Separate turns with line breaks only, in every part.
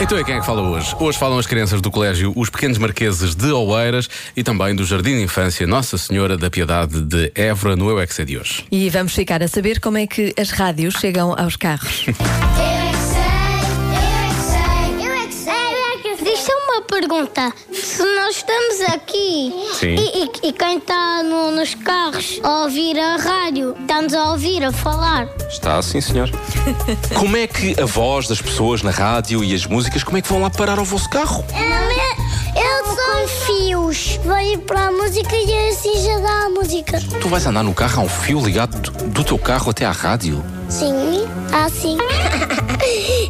Então é quem é que fala hoje? Hoje falam as crianças do colégio Os Pequenos Marqueses de Oeiras e também do Jardim de Infância Nossa Senhora da Piedade de Évora no Eu é Que Sei de hoje.
E vamos ficar a saber como é que as rádios chegam aos carros.
Eu é que sei, eu é que sei, eu é que sei.
Deixa uma pergunta. Se nós estamos aqui
Sim.
e, e- e quem está no- nos carros a ouvir a rádio, está-nos a ouvir a falar.
Está, sim, senhor. como é que a voz das pessoas na rádio e as músicas, como é que vão lá parar ao vosso carro?
Eu sou fios. Vai para a música e assim já dá a música.
Tu vais andar no carro a um fio ligado do, do teu carro até à rádio?
Sim, assim.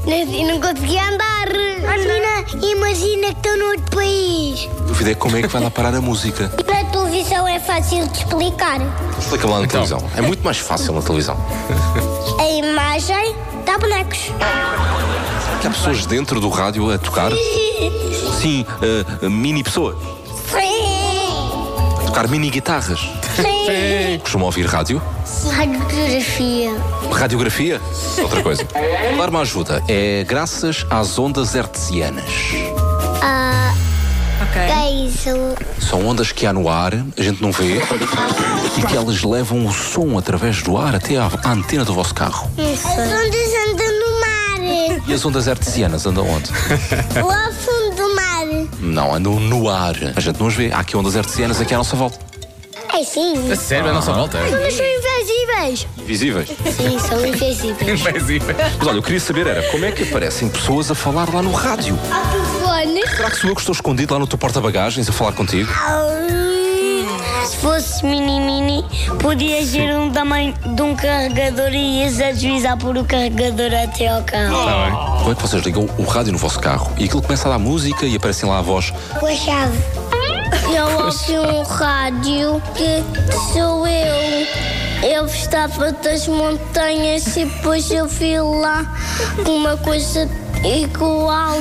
não, não consegui andar. Imagina, imagina que estou no outro país.
A Dúvida é como é que vai lá parar a música.
E para a televisão é fácil de explicar.
Explica lá na televisão. É muito mais fácil na televisão.
A imagem dá bonecos.
Que há pessoas dentro do rádio a tocar. Sim, eh, mini pessoas.
Sim!
A tocar mini guitarras.
Sim!
Costuma ouvir rádio?
Radiografia.
Radiografia? Outra coisa. Dar uma ajuda. É graças às ondas hertzianas.
Ah,
ok.
é isso.
São ondas que há no ar, a gente não vê, e que elas levam o som através do ar até à à antena do vosso carro.
As ondas andam no mar.
E as ondas hertzianas andam onde?
Lá ao fundo do mar.
Não, andam no ar. A gente não as vê. Há aqui ondas hertzianas aqui à nossa volta.
É sim.
A sério, a nossa volta.
Mas são invisíveis.
Visíveis.
Sim, são invisíveis.
Mas olha, eu queria saber era como é que aparecem pessoas a falar lá no rádio?
Ao telefone.
Será que sou eu que estou escondido lá no teu porta-bagagens a falar contigo?
Se fosse mini-mini, podia ser um tamanho de um carregador e ias a deslizar por o carregador até ao carro.
Como é que vocês ligam o rádio no vosso carro e aquilo começa a dar música e aparecem lá a voz?
Com a chave. Eu ouvi um rádio que sou eu. Eu estava das montanhas e depois eu vi lá uma coisa igual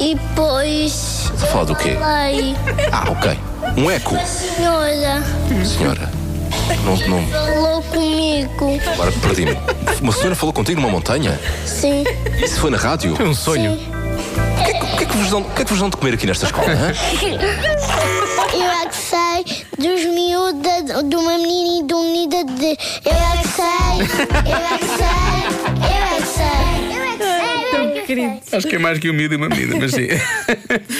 e depois
Você fala do quê?
falei,
Ah, ok. Um eco.
a senhora
Senhora, não, não,
falou comigo.
Agora perdi-me. Uma senhora falou contigo numa montanha?
Sim,
Isso foi na rádio?
É um sonho.
O que é que vos dão, o que é que vos dão de comer aqui nesta escola? hã?
eu é que sei dos miúdos, de uma menina e de um menino de... Eu é que sei, eu é que sei, eu é que sei. Eu é que sei, eu é que sei.
Acho que é mais que um miúdo e uma menina, mas sim.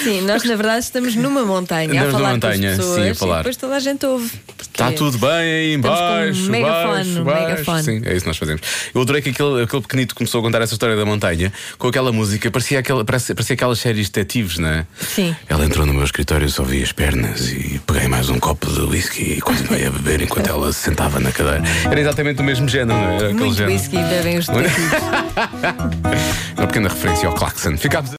Sim, nós na verdade estamos numa montanha
Andamos
a
na
falar
montanha,
com as
sim, a
pessoas
falar.
e depois toda a gente ouve. porque
Está Tá tudo bem aí em
é, Estamos com um
baixo,
megafone,
baixo,
um
baixo.
megafone.
Sim, é isso que nós fazemos. Eu adorei que aquele, aquele pequenito começou a contar essa história da montanha com aquela música, parecia, aquela, parecia, parecia aquelas séries detetives, não é?
Sim.
Ela entrou no meu escritório, só vi as pernas e peguei mais um copo de whisky e continuei a beber enquanto ela se sentava na cadeira. Era exatamente o mesmo género, não é? Era aquele
Muito
género.
whisky, bebem os detetives.
Uma pequena referência ao Claxon. Ficámos.